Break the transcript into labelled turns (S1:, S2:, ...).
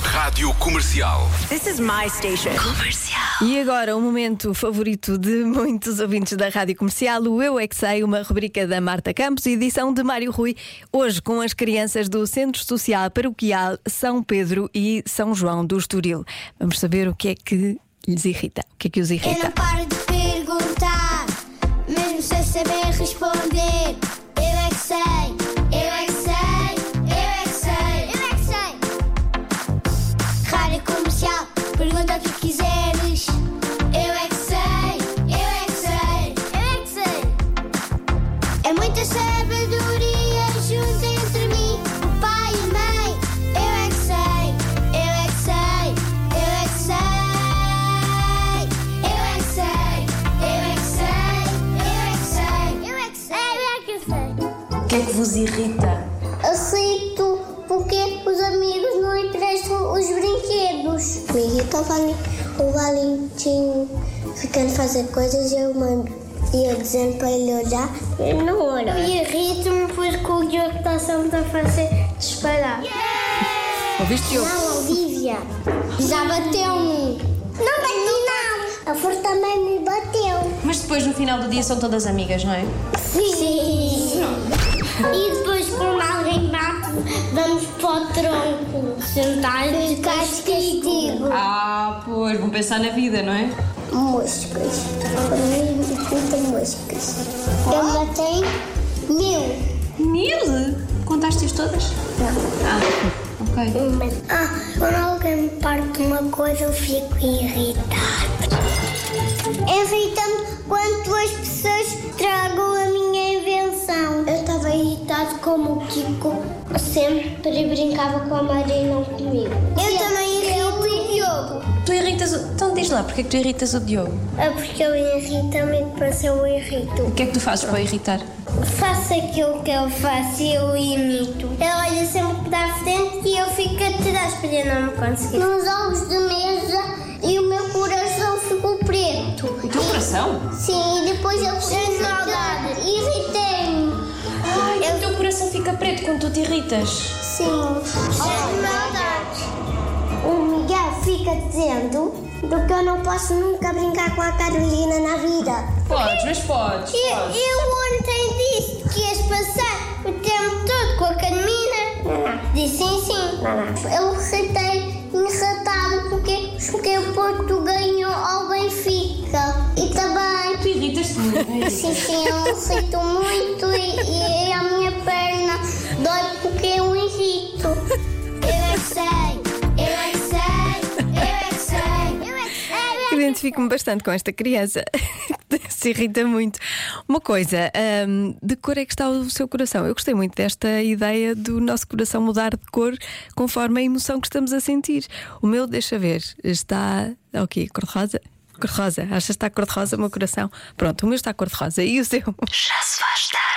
S1: Rádio Comercial.
S2: This is my station.
S3: E agora, o momento favorito de muitos ouvintes da Rádio Comercial, o Eu é que Sei, uma rubrica da Marta Campos, edição de Mário Rui, hoje com as crianças do Centro Social Paroquial São Pedro e São João do Estoril. Vamos saber o que é que lhes irrita, o que é que os
S4: Eu não
S3: irrita.
S4: paro de perguntar, mesmo sem saber responder. Eu é que sei, eu é que sei, eu é que sei, eu é que sei. Rádio comercial, pergunta o que quiseres. Eu é que sei, eu é que sei, eu é que sei. É muita sabedoria junto entre mim, o pai e a mãe. Eu é que sei, eu é que sei, eu é que sei. Eu é que sei, eu é que sei, eu é que sei, eu é que sei, eu é que sei.
S5: O que é que vos irrita?
S4: Aceito porque os amigos não emprestam os brinquedos. Miguel estava o Valentim ficando fazer coisas e eu mando. E eu dizendo para ele olhar, ele não olha. E irrito-me porque o Diogo está sempre a fazer disparar.
S3: Ouviste, Diogo?
S4: Não, Olivia. Já um. bateu-me. Não bati, não. A flor também me bateu.
S5: Mas depois no final do dia são todas amigas, não é?
S4: Sim. E depois, quando alguém bate, vamos para o tronco. Sentar e castigo.
S5: Ah, pois, vão pensar na vida, não é?
S4: Moscas. Para mim, muita moscas. Eu matei mil.
S5: Mil? Contaste-as todas? Não. Ah, ok.
S4: Ah, quando alguém me parte uma coisa, eu fico irritada. Irrita-me quando as pessoas tragam a minha invenção. Eu estava irritado como o Kiko sempre brincava com a Maria e não comigo. Eu também irrito o Diogo.
S5: Tu irritas o... Então diz lá, porque é que tu irritas o Diogo?
S4: É porque eu irrito-me e depois eu irrito.
S5: O que é que tu fazes para o irritar?
S4: Faça aquilo que eu faço e eu imito. Ela olha sempre para a frente e eu fico atrás para eu não me conseguir. Nos jogos de mesa e o meu coração ficou preto.
S5: O teu coração?
S4: Sim, e depois eu fiquei saudade. Irritei-me.
S5: Ai, o teu coração fica preto quando tu te irritas.
S4: Sim. maldade. O Miguel fica dizendo do que eu não posso nunca brincar com a Carolina na vida.
S5: Podes, mas podes.
S4: Eu, eu ontem disse que ias passar o tempo todo com a Carmina. Não, não. Disse sim, sim. Eu retei enratado porque, porque o Porto ganhou ao Benfica. E também
S5: Tu irritas-te muito. não é?
S4: Sim, sim, eu sinto muito e, e a minha perna dói porque eu irrito. Eu é que sei, eu é que sei, eu é que sei, eu é que sei.
S3: Identifico-me bastante com esta criança. Se irrita muito. Uma coisa, hum, de cor é que está o seu coração? Eu gostei muito desta ideia do nosso coração mudar de cor conforme a emoção que estamos a sentir. O meu, deixa ver, está. Ok, cor-de-rosa? Cor-de-rosa. Achas que está cor-de-rosa o meu coração? Pronto, o meu está cor-de-rosa. E o seu?
S6: Já se faz tarde.